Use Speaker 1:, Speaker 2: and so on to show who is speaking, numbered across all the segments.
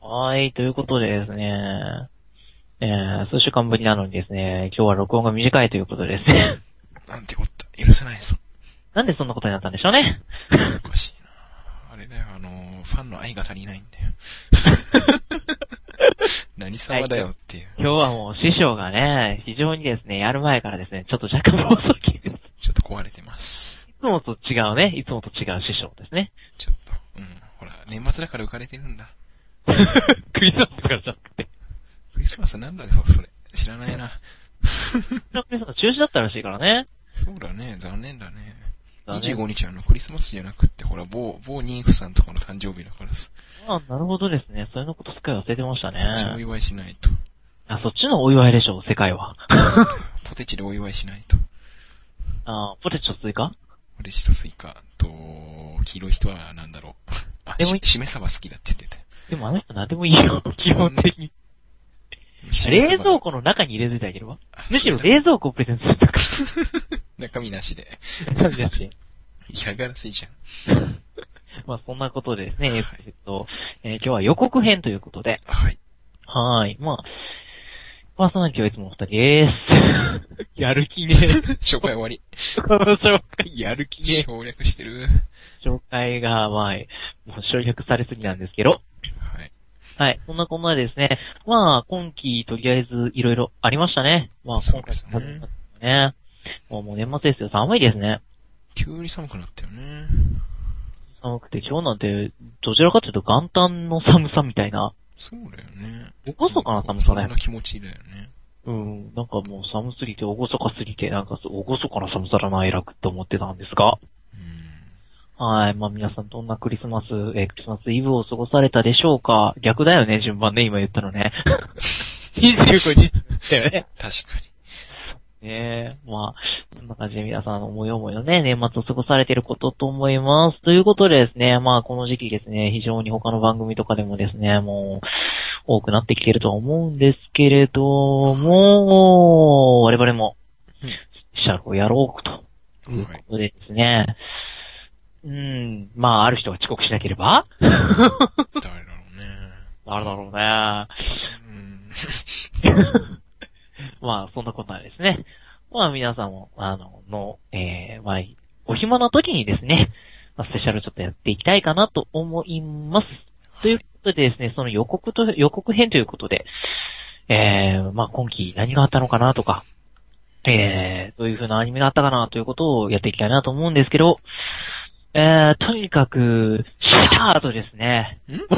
Speaker 1: はい、ということでですね、えー、数週間ぶりなのにですね、今日は録音が短いということでですね。
Speaker 2: なんてこった。許せないぞ。
Speaker 1: なんでそんなことになったんでしょうね。
Speaker 2: おかしいな。あれだよ、あのー、ファンの愛が足りないんだよ。何様だよっていう。
Speaker 1: 今日はもう師匠がね、非常にですね、やる前からですね、ちょっと若干遅きです。い
Speaker 2: ちょっと壊れてます。
Speaker 1: つもと違うね、いつもと違う師匠ですね。
Speaker 2: ちょっと。うん。ほら、年末だから浮かれてるんだ。
Speaker 1: クリスマスとかじゃなくて。
Speaker 2: クリスマスなんだよ、それ。知らないな。
Speaker 1: クリスマス中止だったらしいからね。
Speaker 2: そうだね、残念だね。
Speaker 1: だね
Speaker 2: 25日あのクリスマスじゃなくって、ほら、某、某妊婦さんとかの誕生日だからさ。
Speaker 1: あなるほどですね。それのことすっかり忘れてました
Speaker 2: そっちもお
Speaker 1: ね。
Speaker 2: 祝いしないと。
Speaker 1: あ、そっちのお祝いでしょう、世界は。
Speaker 2: ポテチでお祝いしないと。
Speaker 1: あポテチと追加
Speaker 2: ポテチとスイカと、黄色い人はなんだろう。あ、
Speaker 1: でも
Speaker 2: し、しめ鯖好きだって言ってて。
Speaker 1: でもあの人何でもいいよ、基本的に。冷蔵
Speaker 2: 庫
Speaker 1: 庫の中に入れといてあげればむしろ冷蔵庫をプレゼントするとか。
Speaker 2: 中身なしで。
Speaker 1: 感じだし。
Speaker 2: 嫌がらせじゃん。
Speaker 1: まあそんなことでですね、
Speaker 2: はい
Speaker 1: えっと、えー今日は予告編ということで。
Speaker 2: はい。
Speaker 1: はーい。まあ、パーソナリティはいつもお二人でーす。やる気ね
Speaker 2: 紹介終わり。
Speaker 1: え。この紹介、やる気ね
Speaker 2: 省略してる。
Speaker 1: え。紹介が、まあ、もう省略されすぎなんですけど。
Speaker 2: はい。
Speaker 1: はい。そんなこんなでですね。まあ、今期とりあえずいろいろありましたね。まあ、
Speaker 2: そ
Speaker 1: 今
Speaker 2: うですね
Speaker 1: 回もね。もうもう年末ですよ。寒いですね。
Speaker 2: 急に寒くなったよね。
Speaker 1: 寒くて、今日なんて、どちらかというと元旦の寒さみたいな、
Speaker 2: そうだよね。
Speaker 1: おこそかな寒
Speaker 2: そ
Speaker 1: さ
Speaker 2: んな
Speaker 1: ね。
Speaker 2: 気持ちだよね。
Speaker 1: うん、なんかもう寒すぎて、おごそかすぎて、なんかそうおごそかな寒さだな、偉くって思ってたんですが。
Speaker 2: うん。
Speaker 1: はい。まあ皆さんどんなクリスマス、えークリスマスイブを過ごされたでしょうか逆だよね、順番ね、今言ったの ね。25日 だよね。
Speaker 2: 確かに。
Speaker 1: ねえ、まあ、そんな感じで皆さん、あの思い思いのね、年末を過ごされていることと思います。ということでですね、まあ、この時期ですね、非常に他の番組とかでもですね、もう、多くなってきてるとは思うんですけれども、我々も
Speaker 2: うん、
Speaker 1: スペシャルをやろうということでですね、うん、まあ、ある人が遅刻しなければ
Speaker 2: 誰だろうね。
Speaker 1: あるだろうね。
Speaker 2: うん。
Speaker 1: まあ、そんなことはですね。まあ、皆さんも、あの、の、えー、まあ、お暇な時にですね、まあ、スペシャルちょっとやっていきたいかなと思います。ということでですね、その予告と、予告編ということで、えー、まあ、今期何があったのかなとか、えー、どういう風なアニメがあったかなということをやっていきたいなと思うんですけど、えー、とにかく、スタートですね。
Speaker 2: ん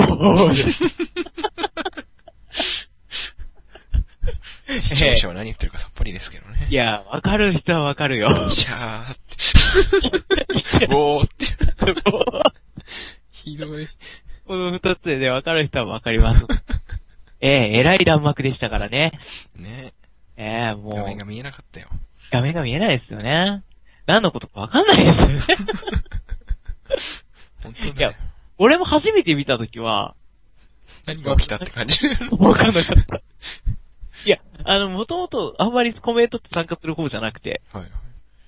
Speaker 2: 視聴者は何言ってるかさっぱりですけどね。
Speaker 1: いや、わかる人はわかるよ。
Speaker 2: シャー って。おーって。ひどい。
Speaker 1: この二つでね、わかる人はわかります。えええらい弾幕でしたからね。
Speaker 2: ね
Speaker 1: ええもう
Speaker 2: 画面が見えなかっ たよ。
Speaker 1: 画面が見えないですよね。何のことかわかんないですよね。
Speaker 2: 本当だよ
Speaker 1: いや。俺も初めて見たときは、
Speaker 2: 何が起きたって感じ。
Speaker 1: わかんなかった。いや、あの、もともとあんまりコメントって参加する方じゃなくて、
Speaker 2: はいはい。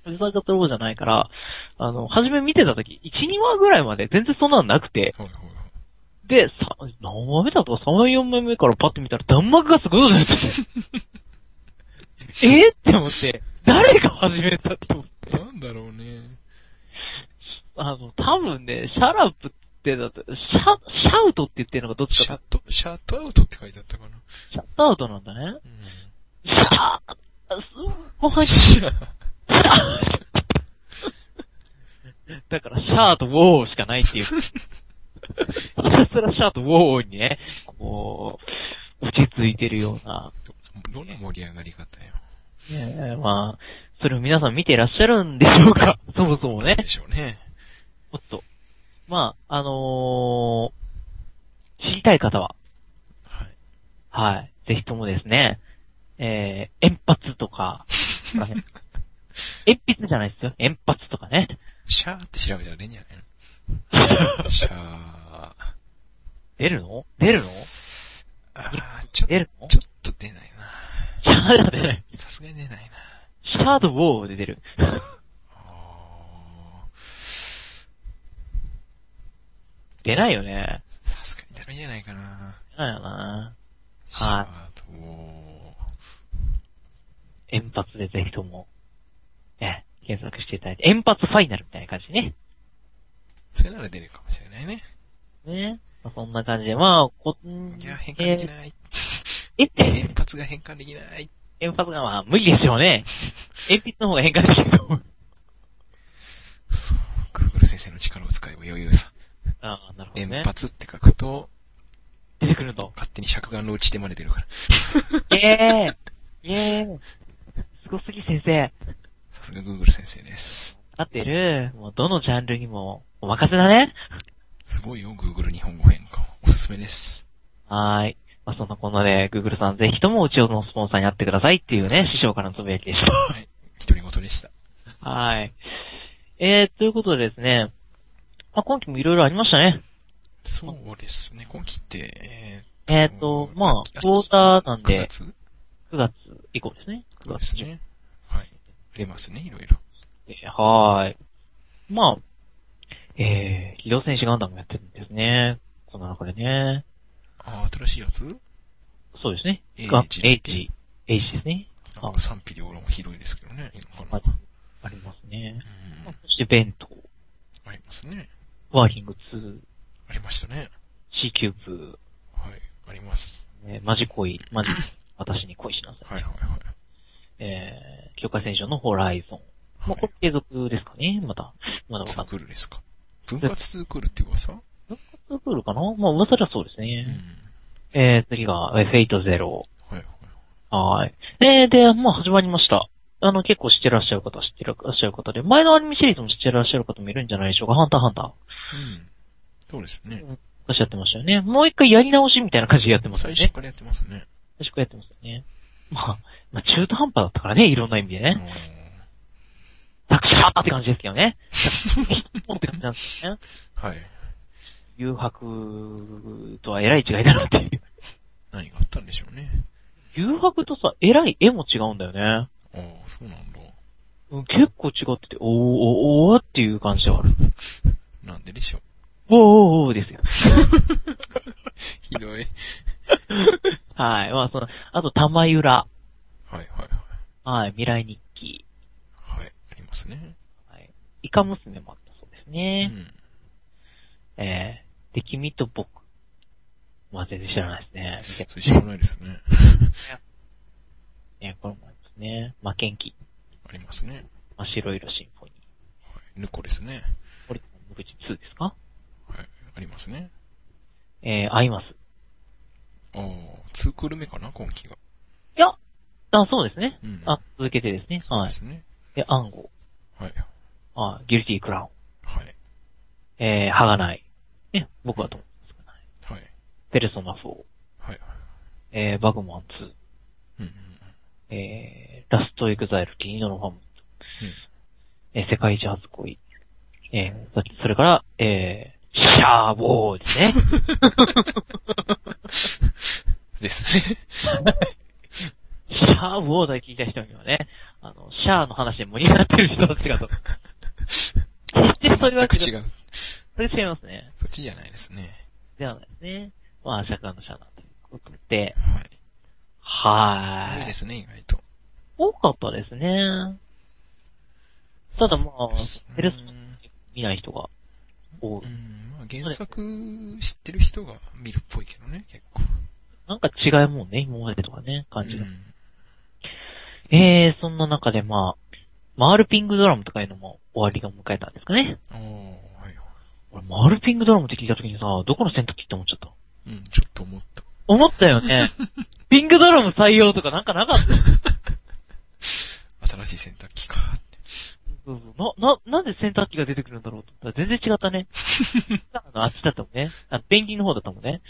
Speaker 1: 参加する方じゃないから、あの、初め見てたとき、1、2話ぐらいまで全然そんなのなくて、
Speaker 2: はいはいはい。
Speaker 1: で、さ何話目だと ?3、4枚目からパッと見たら弾幕がすごいことになって てえーって思って、誰が始めたって思って。
Speaker 2: なんだろうね。
Speaker 1: あの、多分ね、シャラップってだと、シャ、シャウトって言ってるのがどっち
Speaker 2: シ
Speaker 1: か
Speaker 2: ャ
Speaker 1: っ
Speaker 2: ット、シャットアウトって書いてあったかな。
Speaker 1: シャットアウトなんだね。
Speaker 2: う
Speaker 1: シャーご
Speaker 2: ん。
Speaker 1: 飯に、
Speaker 2: シャー。
Speaker 1: だから、シャーとウォーしかないっていう。ひたすらシャーとウォーにね、こう、落ち着いてるような、
Speaker 2: どんな盛り上がり方よ。
Speaker 1: いやいやまあ、それを皆さん見てらっしゃるんでしょうかそもそもね。
Speaker 2: でしょうね。
Speaker 1: おっと。まあ、あのー、知りたい方は、
Speaker 2: はい。
Speaker 1: はい、ぜひともですね、えー、円髪とか、ここら辺鉛筆じゃないですよ。円髪とかね。
Speaker 2: シャーって調べたら出んじゃないのシャー。あ
Speaker 1: 出るの出るの
Speaker 2: ー、ちょ、
Speaker 1: 出るの
Speaker 2: ちょっと出ないな。
Speaker 1: シャーじゃない。
Speaker 2: さすがに出ないな。
Speaker 1: シャーとウォーで出る。
Speaker 2: あ
Speaker 1: 出ないよね。
Speaker 2: ーさすがに出ないんじゃないかな。
Speaker 1: ないよな。
Speaker 2: シ
Speaker 1: はい
Speaker 2: ャドウ
Speaker 1: 円発でぜひとも、ね、検索していただいて、円発ファイナルみたいな感じでね。
Speaker 2: それなら出るかもしれないね。
Speaker 1: ね。まあ、そんな感じで、まあ、こ、ん
Speaker 2: いや、変換できない。
Speaker 1: えって
Speaker 2: 連、発が変換できない。
Speaker 1: 円発がまあ無理でしょう ね。鉛筆の方が変換できると思う。
Speaker 2: そう、Google 先生の力を使えば余裕さ。
Speaker 1: ああ、なるほど
Speaker 2: 連
Speaker 1: ね。
Speaker 2: 発って書くと、
Speaker 1: 出てくる と。
Speaker 2: 勝手に尺眼の打ち手まで出るから。
Speaker 1: イェーイイェーイすごすぎ先生。
Speaker 2: さすが Google 先生です。
Speaker 1: 合ってる。もうどのジャンルにもお任せだね。
Speaker 2: すごいよ、Google 日本語変換。おすすめです。
Speaker 1: はーい。まあ、そんなこんなで、Google さんぜひともうちのスポンサーになってくださいっていうね、師匠からのつぶやきでし
Speaker 2: はい。独り言でした。
Speaker 1: た。はーい。えー、ということでですね、まあ、今期もいろいろありましたね。
Speaker 2: そうですね、今期って、
Speaker 1: えっ、ー、と、まあ、クォーターなん
Speaker 2: 9
Speaker 1: で、
Speaker 2: 月
Speaker 1: 9月以降ですね。9
Speaker 2: ?9
Speaker 1: 月
Speaker 2: 月
Speaker 1: 中
Speaker 2: ね。はい。出ますね、いろいろ。
Speaker 1: で、はーい。まあ、えー、機動戦士ガンダムやってるんですね。この中でね。
Speaker 2: あー、新しいやつ
Speaker 1: そうですね。
Speaker 2: エイジ
Speaker 1: ガン H、H ですね。
Speaker 2: なんか賛否両論広いですけどね、いいのか
Speaker 1: あ
Speaker 2: な。
Speaker 1: ありますね。
Speaker 2: うん
Speaker 1: そして弁当、
Speaker 2: ありますね。
Speaker 1: ワーキング2、
Speaker 2: ありましたね。
Speaker 1: C キューブ、
Speaker 2: はい。あります。
Speaker 1: えーマジ恋、マジ、私に恋しなさい。
Speaker 2: はいはいはい。
Speaker 1: えー、境界戦場のホライゾン。まあ、
Speaker 2: はい
Speaker 1: これ継続ですかねまだ、まだわ
Speaker 2: ツ
Speaker 1: か
Speaker 2: ー
Speaker 1: んない。
Speaker 2: クールですか。分割ツークールって噂
Speaker 1: ツークールかなまあ、噂ではそうです
Speaker 2: うん。
Speaker 1: ね。えー、次が、えーフェイトゼロ。
Speaker 2: はいはい。
Speaker 1: はーい。えー、で、もう始まりました。あの、結構知ってらっしゃる方、知ってらっしゃる方で、前のアニメシリーズも知ってらっしゃる方もいるんじゃないでしょうか。ハンターハンター。
Speaker 2: うん。そうですね。
Speaker 1: 昔やってましたよね。もう一回やり直しみたいな感じでやってますよ
Speaker 2: 最
Speaker 1: ね。
Speaker 2: 初からやってますね。
Speaker 1: 最初からやってますよね。まあ、まあ、中途半端だったからね、いろんな意味で
Speaker 2: あ
Speaker 1: ね。ザクシャーって感じですけどね。 もうって感じなんですよね。
Speaker 2: ーはい。
Speaker 1: 誘白とはえらい違いだなっていう。
Speaker 2: 何があったんでしょうね。
Speaker 1: 誘白とさ、えらい絵も違うんだよね。
Speaker 2: ああ、そうなんだ。
Speaker 1: うん結構違ってて、おーおーおーっていう感じはある。
Speaker 2: なんで でしょう。
Speaker 1: おーおーおーですよ。
Speaker 2: ひどい。
Speaker 1: はい。まあ、その、あと、玉浦。
Speaker 2: はいはいはい。
Speaker 1: はい。未来日記。
Speaker 2: はい。ありますね。
Speaker 1: はい。イカ娘もあったそうです
Speaker 2: う
Speaker 1: ね。
Speaker 2: ん。
Speaker 1: えー、で、君と僕。まあ、全然知らないですね。見て
Speaker 2: それ知らないですね。
Speaker 1: ね、これもありますね。魔剣記。
Speaker 2: ありますね。
Speaker 1: 真っ白色シンフォニ
Speaker 2: はい。ぬこですね。
Speaker 1: ー。これ、無口2ですか
Speaker 2: はい。ありますね。
Speaker 1: えー、アイマス。
Speaker 2: ああ、ツークール目かな、今期が。
Speaker 1: いや、あ、そうですね。
Speaker 2: うん。
Speaker 1: あ、、続けてですね。
Speaker 2: そう
Speaker 1: は
Speaker 2: で
Speaker 1: い。
Speaker 2: すね。
Speaker 1: で、暗号。
Speaker 2: はい。
Speaker 1: あ、ギルティクラウン。
Speaker 2: はい。
Speaker 1: えー、歯がない。ね、僕はと思うんですけどね。
Speaker 2: はい。
Speaker 1: ペルソナ4。
Speaker 2: はい。
Speaker 1: えー、バグモン
Speaker 2: うんうん
Speaker 1: 2。えー、ラストエグザイル、キリノのファム。えー、世界一初恋。えー、そそれから、えー、シャーボーですね。
Speaker 2: うん。 です ね。
Speaker 1: シャーボーだけ聞いた人にはね、あの、シャーの話で盛り上がってる人たちがと。知 ってる人いるわけ
Speaker 2: 全く
Speaker 1: じゃ、
Speaker 2: 違う。
Speaker 1: それ違いますね。
Speaker 2: そっちじゃないですね。
Speaker 1: ではないですね。まあ、シャカのシャーなんてことで、
Speaker 2: はい。
Speaker 1: は
Speaker 2: 多い
Speaker 1: ー
Speaker 2: で
Speaker 1: い。
Speaker 2: すね、意外と。
Speaker 1: 多かったですね。ただまあ
Speaker 2: うん
Speaker 1: ペルソ見ない人が多
Speaker 2: う
Speaker 1: い。
Speaker 2: ん、まあ原作知ってる人が見るっぽいけどね、結構。
Speaker 1: なんか違うもんね、今までとかね、感じが
Speaker 2: う。ん
Speaker 1: えー、そんな中でまあ、マールピングドラムとかいうのも終わりが迎えたんですかね。
Speaker 2: ああ、はい。
Speaker 1: 俺、マールピングドラムって聞いた時にさ、どこの選択肢って思っちゃった
Speaker 2: うん、ちょっと思った。
Speaker 1: 思ったよ ね。ピングドラム採用とかなんかなかった。
Speaker 2: 新しい洗濯機かって。
Speaker 1: そうそうな、な、なんで洗濯機が出てくるんだろうと思ったら全然違ったね。あの、あっちだったもんね。あの、ペンギンの方だったもんね。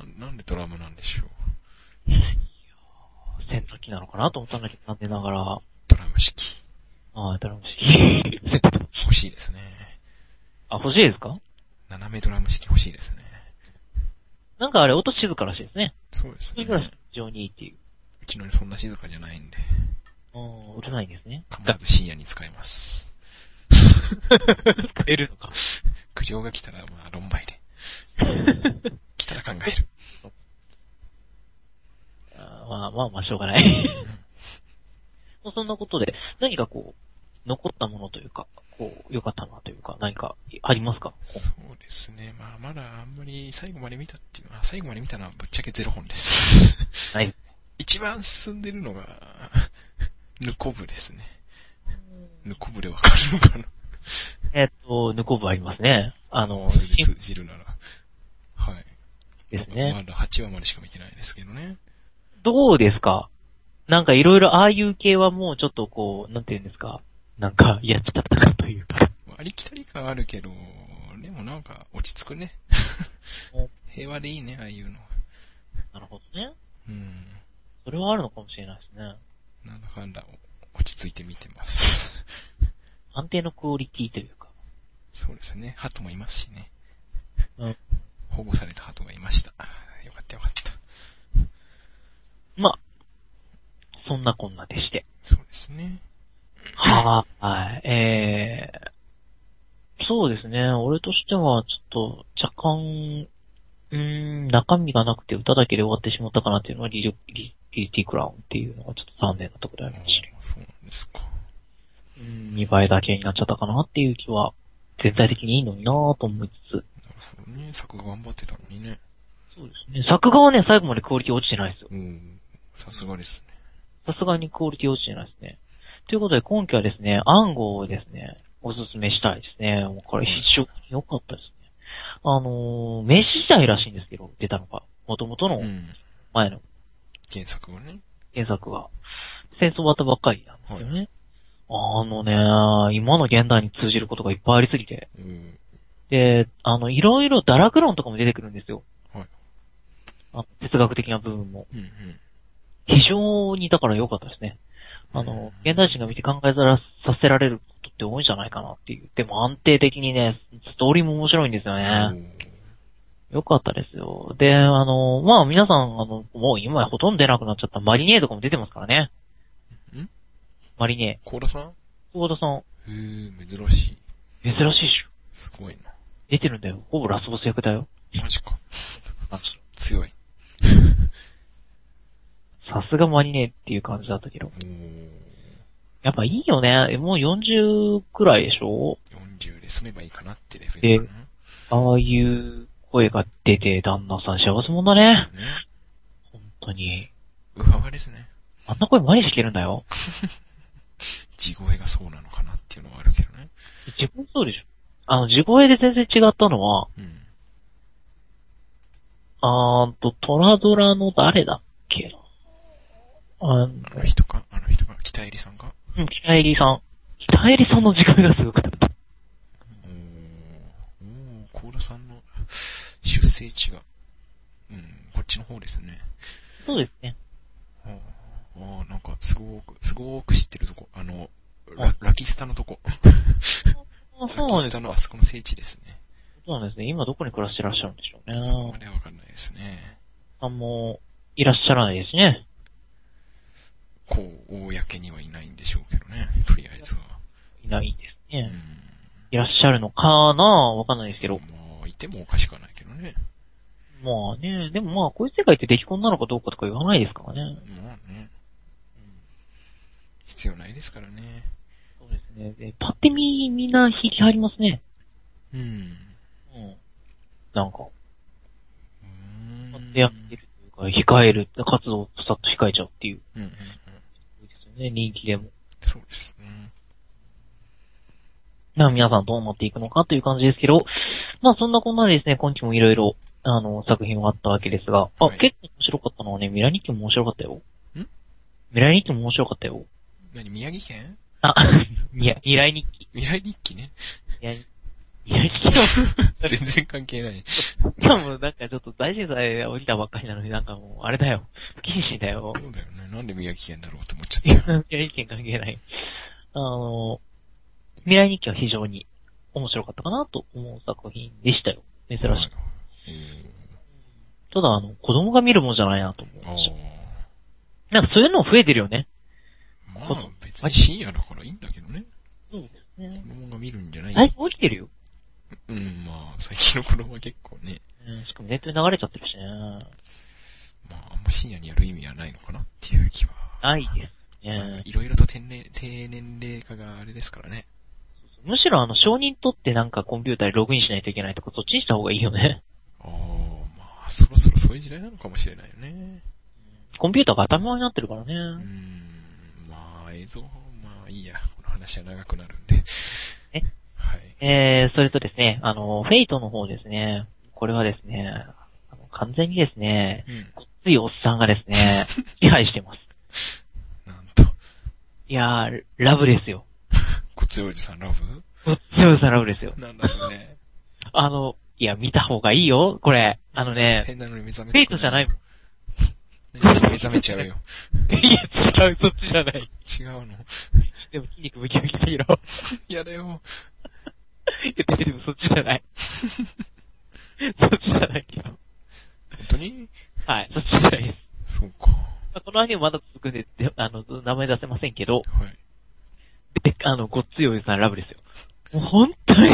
Speaker 2: ななんでドラムなんでしょう。
Speaker 1: 洗濯機なのかなと思ったんだけど、残念ながら。
Speaker 2: ドラム式。
Speaker 1: ああ、ドラム 式。
Speaker 2: 欲しいですね。
Speaker 1: あ、欲しいですか
Speaker 2: 斜めドラム式欲しいですね。
Speaker 1: なんかあれ、音静からしいですね。
Speaker 2: そうです
Speaker 1: それから
Speaker 2: ね
Speaker 1: 非。常にいいっていう。
Speaker 2: うちの家そんな静かじゃないんで、
Speaker 1: うん、うるさいんですね。
Speaker 2: 必ず深夜に使い ます。
Speaker 1: 使えるのか。
Speaker 2: 苦情が来たら、まあ、論売で。来たら考える。
Speaker 1: ま あまあまあ、しょうがない。まあ そんなことで、何かこう、残ったものというか、こう、良かったなというか、何かありますか
Speaker 2: そうですね。まあ、まだあんまり最後まで見たっていうのは、最後まで見たのはぶっちゃけゼロ本です。
Speaker 1: ない。
Speaker 2: 一番進んでるのが、ヌコブですね。ヌコブでわかるの かな
Speaker 1: えっと、ヌコブありますね。あの、
Speaker 2: それで
Speaker 1: シン
Speaker 2: 通じるなら。はい。
Speaker 1: ですね。
Speaker 2: まだ8話までしか見てないですけどね。
Speaker 1: どうですかなんかいろいろああいう系はもうちょっとこう、なんていうんですかなんか、やっちゃったかという か。
Speaker 2: ありきたり感あるけど、でもなんか落ち着くね
Speaker 1: お。
Speaker 2: 平和でいいね、ああいうの。
Speaker 1: なるほどね。
Speaker 2: うん。
Speaker 1: それはあるのかもしれないですね。
Speaker 2: なんだかんだ落ち着いて見てます。
Speaker 1: 安定のクオリティというか。
Speaker 2: そうですね。鳩もいますしね。
Speaker 1: うん
Speaker 2: 保護された鳩がいました。よかったよかった。
Speaker 1: まあ、そんなこんなでして。
Speaker 2: そうですね。
Speaker 1: はーい。えー、そうですね。俺としては、ちょっと、若干、うーん、中身がなくて歌だけで終わってしまったかなっていうのは、リリリリティクラウンっていうのがちょっと残念なところでありましたね。
Speaker 2: あーそうなんですか。
Speaker 1: うん、見栄えだけになっちゃったかなっていう気は、全体的にいいのになぁと思いつつ。
Speaker 2: なるほどね。作画頑張ってたのにね。
Speaker 1: そうですね。作画はね、最後までクオリティ落ちてないですよ。
Speaker 2: うん。さすがですね。
Speaker 1: さすがにクオリティ落ちてないですね。ということで、今期はですね、暗号をですね、おすすめしたいですね。もうこれ非常に良かったですね。あのー、名刺自体らしいんですけど、出たのが。元々
Speaker 2: う
Speaker 1: の
Speaker 2: ん。
Speaker 1: 前の
Speaker 2: 原作はね。
Speaker 1: 原作が、戦争終わったばっかりなんですよね。あのね、今の現代に通じることがいっぱいありすぎて。
Speaker 2: うん。
Speaker 1: で、あの、いろいろ堕落論とかも出てくるんですよ。
Speaker 2: はい
Speaker 1: あの哲学的な部分も。
Speaker 2: うんうん。
Speaker 1: 非常にだから良かったですね。あの、
Speaker 2: うん
Speaker 1: 現代人が見て考えざらさせられることって多いんじゃないかなっていう。でも安定的にね、ストーリーも面白いんですよね。良かったですよ。で、あの、まあ皆さん、あの、もう今ほとんど出なくなっちゃったマリネーとかも出てますからね。
Speaker 2: ん
Speaker 1: マリネ
Speaker 2: コーラさん
Speaker 1: ー。久保田さん、
Speaker 2: へえ、珍しい。
Speaker 1: 珍しいっしょ。
Speaker 2: すごいな。
Speaker 1: 出てるんだよ。ほぼラスボス役だよ。
Speaker 2: マジか。
Speaker 1: なんか
Speaker 2: 強い。
Speaker 1: さすがマリネーっていう感じだったけど。
Speaker 2: おー
Speaker 1: やっぱいいよね。もう40くらいでしょ
Speaker 2: 40で済めばいいかなってレベルかな。
Speaker 1: ああいう声が出て旦那さん幸せもんだね。
Speaker 2: ね。
Speaker 1: 本当に。
Speaker 2: うわわですね。
Speaker 1: あんな声毎日聞けるんだよ。
Speaker 2: 地声がそうなのかなっていうのはあるけどね。
Speaker 1: 自分そうでしょ。あの、地声で全然違ったのは、
Speaker 2: うん。
Speaker 1: あーんと、トラドラの誰だっけな。あん
Speaker 2: あの人か、あの人か、北入さんか。
Speaker 1: うん、北入さん。北入さんの地声がすごかった。
Speaker 2: おー、おー、コーラさんの出生地が、うん、こっちの方ですね。
Speaker 1: そうですね。
Speaker 2: あーあー、なんか、すごく、すごく知ってるとこ。あの、ララキスタのとこ。
Speaker 1: あ
Speaker 2: ラ
Speaker 1: そう
Speaker 2: キ
Speaker 1: なん
Speaker 2: ス
Speaker 1: です
Speaker 2: タのあそこの聖地ですね。
Speaker 1: そうなんですね。今どこに暮らしてらっしゃるんでしょう
Speaker 2: そこま
Speaker 1: ね。
Speaker 2: ではわかんないですね。
Speaker 1: あんもいらっしゃらないですね。
Speaker 2: こう、公にはいないんでしょうけどね、とりあえずは。
Speaker 1: いないです
Speaker 2: う
Speaker 1: ね。
Speaker 2: ん。
Speaker 1: いらっしゃるのかなわかんないですけど。
Speaker 2: まあ、いてもおかしくはないけどね。
Speaker 1: まあね、でもまあ、こういう世界って出来婚なのかどうかとか言わないですからね。
Speaker 2: まあね。必要ないですからね。
Speaker 1: そうですね。で、パッて見、みんな引き張りますね。
Speaker 2: うん。
Speaker 1: うん。なんか、
Speaker 2: うん。
Speaker 1: 出会ってるというか、控える、活動をさっと控えちゃうっていう。
Speaker 2: うんうんうん。
Speaker 1: いいですよね、人気でも。
Speaker 2: そうですね。
Speaker 1: な皆さんどうなっていくのかという感じですけど、まあそんなこんなでですね、今期もいろいろ、あの、作品はあったわけですが、あ、
Speaker 2: はい
Speaker 1: 結構面白かったのはね、ミラニッキも面白かったよ。
Speaker 2: ん
Speaker 1: ミラニッキも面白かったよ。
Speaker 2: 何、宮城県
Speaker 1: あ、 いや、未来日記。
Speaker 2: 未来日記ね。
Speaker 1: 未来日記。未来日記 は
Speaker 2: 全然関係ない。
Speaker 1: しかもなんかちょっと大震災で降りたばっかりなのになんかもう、あれだよ。不謹慎だよ。
Speaker 2: そうだよね。なんで宮城県だろうと思っちゃ
Speaker 1: いや
Speaker 2: った。
Speaker 1: いや、意見関係ない。あの、未来日記は非常に面白かったかなと思う作品でしたよ。珍しく。
Speaker 2: うん
Speaker 1: ただ、あの、子供が見るもんじゃないなと思うんです
Speaker 2: あ
Speaker 1: よ。なんかそういうの増えてるよね。
Speaker 2: あ。まあ、別に深夜だからいいんだけどね。
Speaker 1: そうです
Speaker 2: 子
Speaker 1: ね。
Speaker 2: 供が見るんじゃない
Speaker 1: だいぶ起きてるよ。
Speaker 2: うん、まあ、最近の子供は結構ね、
Speaker 1: うん、しかもネットに流れちゃってるしね。
Speaker 2: まあ、あんま深夜にやる意味はないのかなっていう気は。
Speaker 1: ないです
Speaker 2: まあ
Speaker 1: ね。
Speaker 2: いろいろと低年低年齢化があれですからね。
Speaker 1: むしろあの、承認取ってなんかコンピューターにログインしないといけないとか、そっちにした方がいいよね。
Speaker 2: ああ、まあ、そろそろそういう時代なのかもしれないよね。
Speaker 1: コンピューターが頭になってるから
Speaker 2: うー
Speaker 1: ね。
Speaker 2: ん、まあ、映像、まあいいや。この話は長くなるんで。
Speaker 1: え
Speaker 2: はい。
Speaker 1: えー、それとですね、あの、フェイトの方ですね。これはですね、あの完全にですね、
Speaker 2: うん。
Speaker 1: ごっついおっさんがですね、 支配してます。
Speaker 2: なんと、
Speaker 1: いやー、ラブですよ。
Speaker 2: こつよおじさんラブ
Speaker 1: ごっついおっさんラブですよ。
Speaker 2: なんだろうね。
Speaker 1: あの、いや、見た方がいいよ、これ。あのね、
Speaker 2: 変なのに目覚め
Speaker 1: フェイトじゃないもん。
Speaker 2: 何目覚めちゃうよ。
Speaker 1: いや、違う、そっちじゃない。
Speaker 2: 違うの。
Speaker 1: でも筋肉ムキムキでいろ。
Speaker 2: やだよ。
Speaker 1: いや、でもそっちじゃない。そっちじゃないけど。
Speaker 2: 本当に
Speaker 1: はい、そっちじゃないです。
Speaker 2: そうか。
Speaker 1: まあこのアニメまだ続くんで、であの、名前出せませんけど、
Speaker 2: はい。
Speaker 1: であの、ごっついおじさんラブですよ。もう本当に、
Speaker 2: フ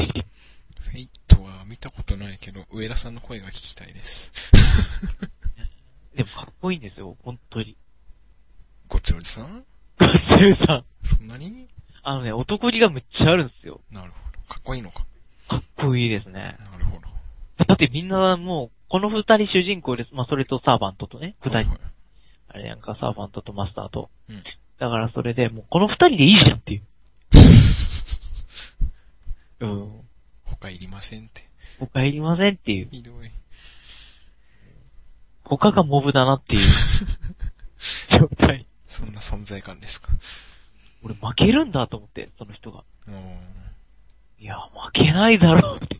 Speaker 2: ェイトは見たことないけど、上田さんの声が聞きたいです。
Speaker 1: でもかっこいいんですよ、本当に。
Speaker 2: ごっちおじさん
Speaker 1: ごっついおじさん。
Speaker 2: そんなに
Speaker 1: あのね、男気がむっちゃあるんですよ。
Speaker 2: なるほど。かっこいいのか。
Speaker 1: かっこいいですね。
Speaker 2: なるほど。
Speaker 1: だってみんなもう、この二人主人公です。まあ、それとサーバントとね、二
Speaker 2: はい
Speaker 1: 人
Speaker 2: は。い
Speaker 1: あれやんか、サーバントとマスターと。
Speaker 2: うん
Speaker 1: だからそれで、もうこの二人でいいじゃんっていう。うん。
Speaker 2: 他いりませんって。
Speaker 1: 他いりませんっていう。
Speaker 2: ひどい。
Speaker 1: 他がモブだなっていう状態。
Speaker 2: そんな存在感ですか。
Speaker 1: 俺負けるんだと思って、その人が。
Speaker 2: おー
Speaker 1: いや、負けないだろうって。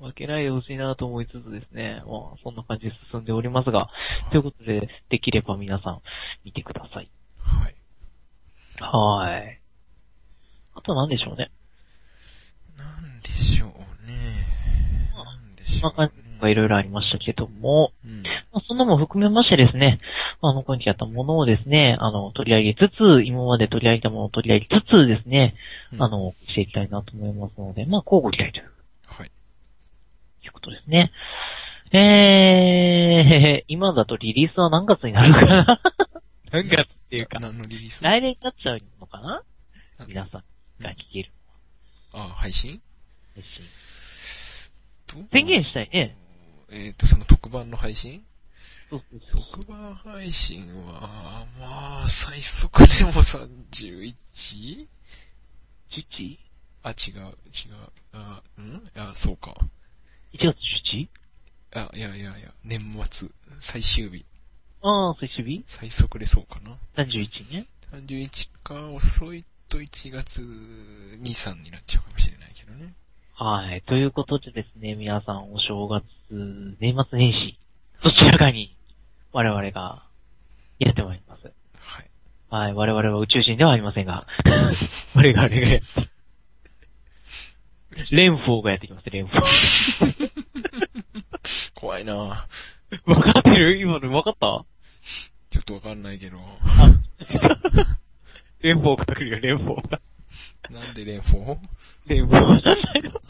Speaker 1: 負けないでほしいなと思いつつですね。まあ、そんな感じで進んでおりますが。ということで、できれば皆さん見てください。
Speaker 2: はい。
Speaker 1: はーい。あと何でしょうね。
Speaker 2: なんでしょうね。なんでし
Speaker 1: ま
Speaker 2: ょ
Speaker 1: あ、感じが
Speaker 2: う
Speaker 1: い
Speaker 2: ね。
Speaker 1: ろいろありましたけども、
Speaker 2: うん。
Speaker 1: まあ、そんなもん含めましてですね、あの、今期やったものをですね、あの、取り上げつつ、今まで取り上げたものを取り上げつつですね、
Speaker 2: うん
Speaker 1: あ、の、していきたいなと思いますので、まあ、交互期待という
Speaker 2: はい。
Speaker 1: いうことですね。えー、 今だとリリースは何月になるかな何月っていうか、
Speaker 2: 何のリリース
Speaker 1: 来年になっちゃうのかな
Speaker 2: あ
Speaker 1: 皆さんが聞ける。
Speaker 2: あ、配信どう
Speaker 1: 宣言したいね。
Speaker 2: えっ、と、その特番の配信
Speaker 1: そうそうそう。
Speaker 2: 特番配信は、まあ、最速でも 31?
Speaker 1: 父
Speaker 2: あ、違う、違う。あ、んあ、そうか。
Speaker 1: 1月 11?
Speaker 2: あ、いやいやいや、年末、最終日。
Speaker 1: ああ、最終日
Speaker 2: 最速でそうかな。
Speaker 1: ?31 ね。
Speaker 2: 31か、遅いと1月2、3になっちゃうかもしれないけどね。
Speaker 1: はい。ということでですね、皆さんお正月、年末年始、どちらかに我々がやってまいります。
Speaker 2: はい。
Speaker 1: はい。我々は宇宙人ではありませんが、 我々がやって、レンフォーがやってきます、レンフォ
Speaker 2: 怖いな
Speaker 1: ー。 わかってる今のわかった
Speaker 2: ちょっとわかんないけど。
Speaker 1: あレンフォーが来るよ、レンフォーが。
Speaker 2: なんで連邦
Speaker 1: レンフォーが来るよ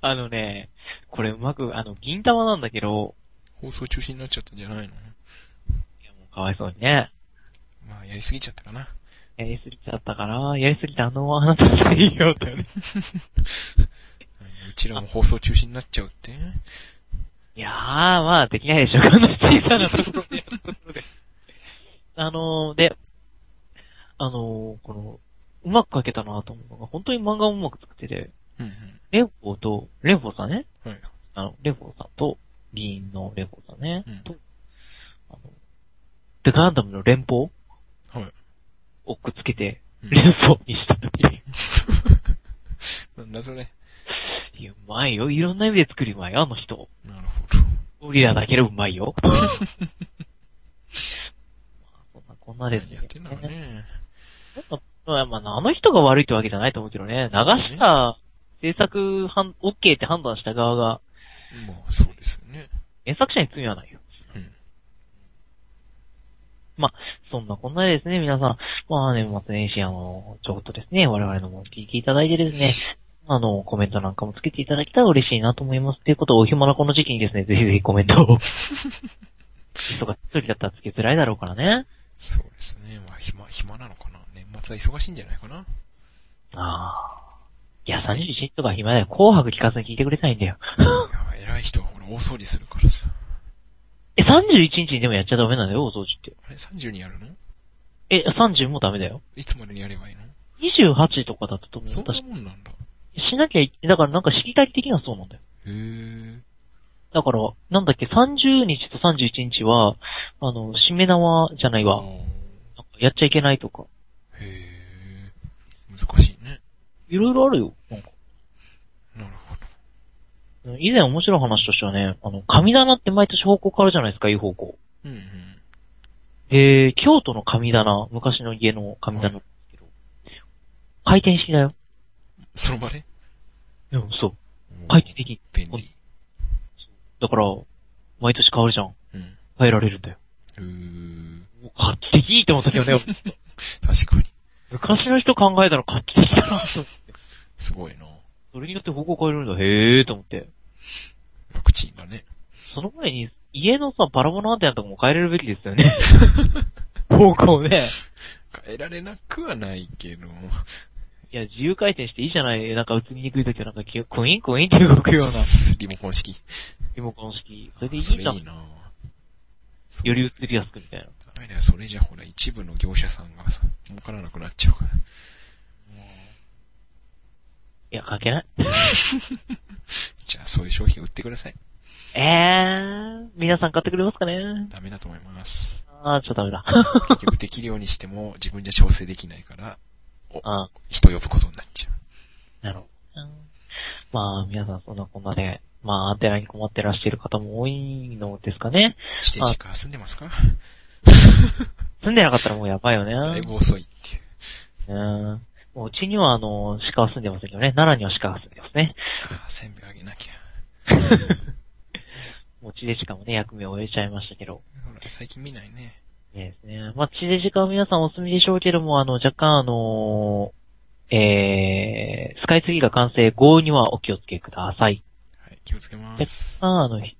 Speaker 1: あのね、これうまく、あの、銀玉なんだけど、
Speaker 2: 放送中止になっちゃったんじゃない
Speaker 1: い
Speaker 2: の
Speaker 1: やもうかわいそうにね。
Speaker 2: まあ、やりすぎちゃったかな。
Speaker 1: やりすぎちゃったから、やりすぎてあのあなたしていいよってね。
Speaker 2: うちらも放送中止になっちゃうって
Speaker 1: いやー、まあ、できないでしょ。この小さなところでやることで。あのー、で、あのー、この、うまく描けたなと思うのが、本当に漫画をうまく作ってて、
Speaker 2: うんうん。
Speaker 1: レンフォーと、レンフォーさんね、
Speaker 2: はい。
Speaker 1: あの、レンフォーさんと、議員のレンフォーさんね、
Speaker 2: うん
Speaker 1: と、あの、で、ガンダムの連邦
Speaker 2: はい。
Speaker 1: をくっつけて、
Speaker 2: うん
Speaker 1: レンフォーにしたとき、
Speaker 2: なんだそれ。
Speaker 1: いや、うまいよ。いろんな意味で作りうまいよ、あの人。
Speaker 2: なるほど。
Speaker 1: ゴリラだけでうまい よ。まあそんなこんなですね。
Speaker 2: やってんだろうね。
Speaker 1: まあ、まあ、あの人が悪いってわけじゃないと思うけどね。流した、制作判、OK って判断した側が、
Speaker 2: まあ、そうですね。
Speaker 1: 原作者に罪はないよ。
Speaker 2: うん。
Speaker 1: そんなこんなでですね、皆さん。まあ、年末年始、あの、ちょっとですね、我々のも聞いていただいてですね、あの、コメントなんかもつけていただけたら嬉しいなと思います。ということを、お暇なこの時期にですね、ぜひぜひコメントをとか一人だったらつけづらいだろうからね。
Speaker 2: そうですね。まあ、暇、暇なのかな。年末は忙しいんじゃないか な。
Speaker 1: ああ。いや、31日とか暇だよ。紅白聞かずに聞いてくれたいんだよ。
Speaker 2: いや、偉い人はほら、大掃除するからさ。
Speaker 1: え、31日にでもやっちゃダメなんだよ、お掃除って。
Speaker 2: あれ、30にやるの
Speaker 1: え、30もダメだよ。
Speaker 2: いつまでにやればいいの
Speaker 1: 28とかだったと思う。
Speaker 2: そん
Speaker 1: 私
Speaker 2: な、もんなんだ。
Speaker 1: しなきゃい、だからなんか式体的にはそうなんだよ。
Speaker 2: へえ。
Speaker 1: だから、なんだっけ、30日と31日は、あの、締め縄じゃないわ。
Speaker 2: ー
Speaker 1: なんかやっちゃいけないとか。
Speaker 2: へえ。難しいね。
Speaker 1: いろいろあるよ。なんか
Speaker 2: なるほど。
Speaker 1: 以前面白い話としてはね、あの、神棚って毎年方向変わるじゃないですか、いい方向。
Speaker 2: うんうん。
Speaker 1: で、京都の神棚、昔の家の神棚なんですけど、回転式だよ。
Speaker 2: その場で
Speaker 1: うん、そう。回転的。
Speaker 2: 便利。
Speaker 1: だから、毎年変わるじゃん。
Speaker 2: うん。
Speaker 1: 変えられるんだよ。
Speaker 2: うー。
Speaker 1: 画期的って思ったけど ね、
Speaker 2: 確かに。
Speaker 1: 昔の人考えたら画期的だなと。
Speaker 2: すごいな。
Speaker 1: それによって方向変えるんだ、へーと思って。
Speaker 2: 楽ちんだね。
Speaker 1: その前に、家のさ、パラボラアンテナとかも変えれるべきですよ ね。方向ね。
Speaker 2: 変えられなくはないけど。
Speaker 1: いや、自由回転していいじゃない。なんか映りにくいときはなんかき、クイーンクイーンって動くような
Speaker 2: リモコン式。
Speaker 1: リモコン式。それでいい
Speaker 2: そ
Speaker 1: ん
Speaker 2: れ
Speaker 1: だ
Speaker 2: い。いなそう
Speaker 1: より映りやすくみたいな。
Speaker 2: ダメだよ、それじゃほら、一部の業者さんがさ、儲からなくなっちゃうから。
Speaker 1: いや、関係 ない。
Speaker 2: じゃあ、そういう商品売ってください。
Speaker 1: えー、皆さん買ってくれますかね
Speaker 2: ダメだと思います。
Speaker 1: あー、ちょっとダメだ。
Speaker 2: 結局、できるようにしても、自分じゃ調整できないから、
Speaker 1: あ
Speaker 2: 人呼ぶことになっちゃう。
Speaker 1: ー、なるほど。うんまあ、皆さんそんなこんなで、まあ、アンテナに困ってらっしゃる方も多いのですかね。
Speaker 2: 地底地下住んでますか
Speaker 1: 住んでなかったらもうやばいよ
Speaker 2: だい
Speaker 1: ね。
Speaker 2: ぶ遅いって
Speaker 1: う
Speaker 2: いう。
Speaker 1: ん。もううちにはあの、鹿は住んでませんけどね。奈良には鹿が住んでますね。
Speaker 2: あーせんべいあげなきゃ。
Speaker 1: もう地でしかもね、役目を終えちゃいましたけど。
Speaker 2: ほら、最近見ないね。
Speaker 1: ねですね。まあ、地デジ化は皆さんお済みでしょうけども、あの、若干あのーえー、スカイツリーが完成後にはお気をつけください。
Speaker 2: はい、気をつけま
Speaker 1: 若
Speaker 2: す。
Speaker 1: 干あの、ひ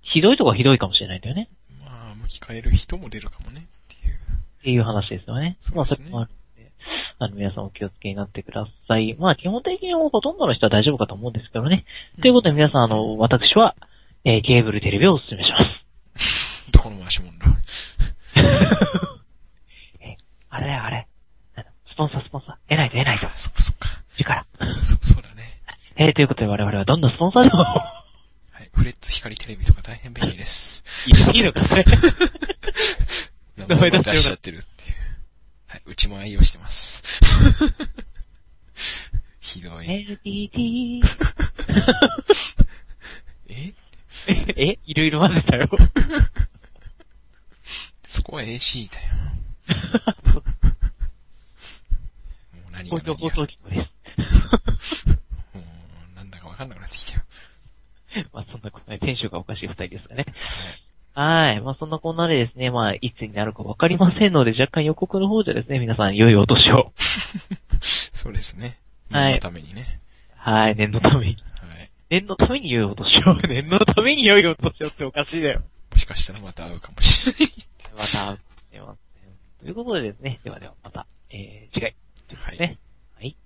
Speaker 1: ひどいとこはひどいかもしれないんだよね。
Speaker 2: まあ、向き変える人も出るかもね、っていう。
Speaker 1: っていう話ですよね。
Speaker 2: そうですね
Speaker 1: まあ、それもあるんで、あの、皆さんお気をつけになってください。まあ、基本的にほとんどの人は大丈夫かと思うんですけどね。ということで皆さん、あの、私は、えー、ケーブルテレビをお勧めします。
Speaker 2: どこの回しもんだ。
Speaker 1: えあれだよ、あれ。あのスポンサー、スポンサー。得ないと得ないと。
Speaker 2: そっかそっか。
Speaker 1: 力。
Speaker 2: そ、そうだね。
Speaker 1: えー、ということで我々はどんなスポンサーでも、
Speaker 2: はい。フレッツ光テレビとか大変便利です。
Speaker 1: いいのか ね。
Speaker 2: 名
Speaker 1: 前出し
Speaker 2: 前出
Speaker 1: てよかった
Speaker 2: しちゃってるっていう。はい。うちも愛用してます。ひどい。
Speaker 1: LDT。
Speaker 2: え
Speaker 1: え、いろいろ混ぜた よ。
Speaker 2: そこは AC だよ。もう何が
Speaker 1: 公共
Speaker 2: 何
Speaker 1: 放
Speaker 2: や
Speaker 1: 送局です。
Speaker 2: もうなんだかわかんなくなってきたよ。
Speaker 1: まあそんなこんなで、テンションがおかしい二人ですかね。
Speaker 2: はい。
Speaker 1: はい。まあそんなこんなでですね、まあいつになるかわかりませんので、若干予告の方じゃですね、皆さん良いお年を。
Speaker 2: そうですね。
Speaker 1: はい
Speaker 2: 念のためにね。
Speaker 1: はい、念のために。
Speaker 2: はい。
Speaker 1: 念のために良いお年を。 念のために良いお年をっておかしいだよ。
Speaker 2: もしかしたらまた会うかもしれない。
Speaker 1: また会うかもしれません、ということでですね、ではではまた、えー、次回。
Speaker 2: はい。
Speaker 1: ねはい。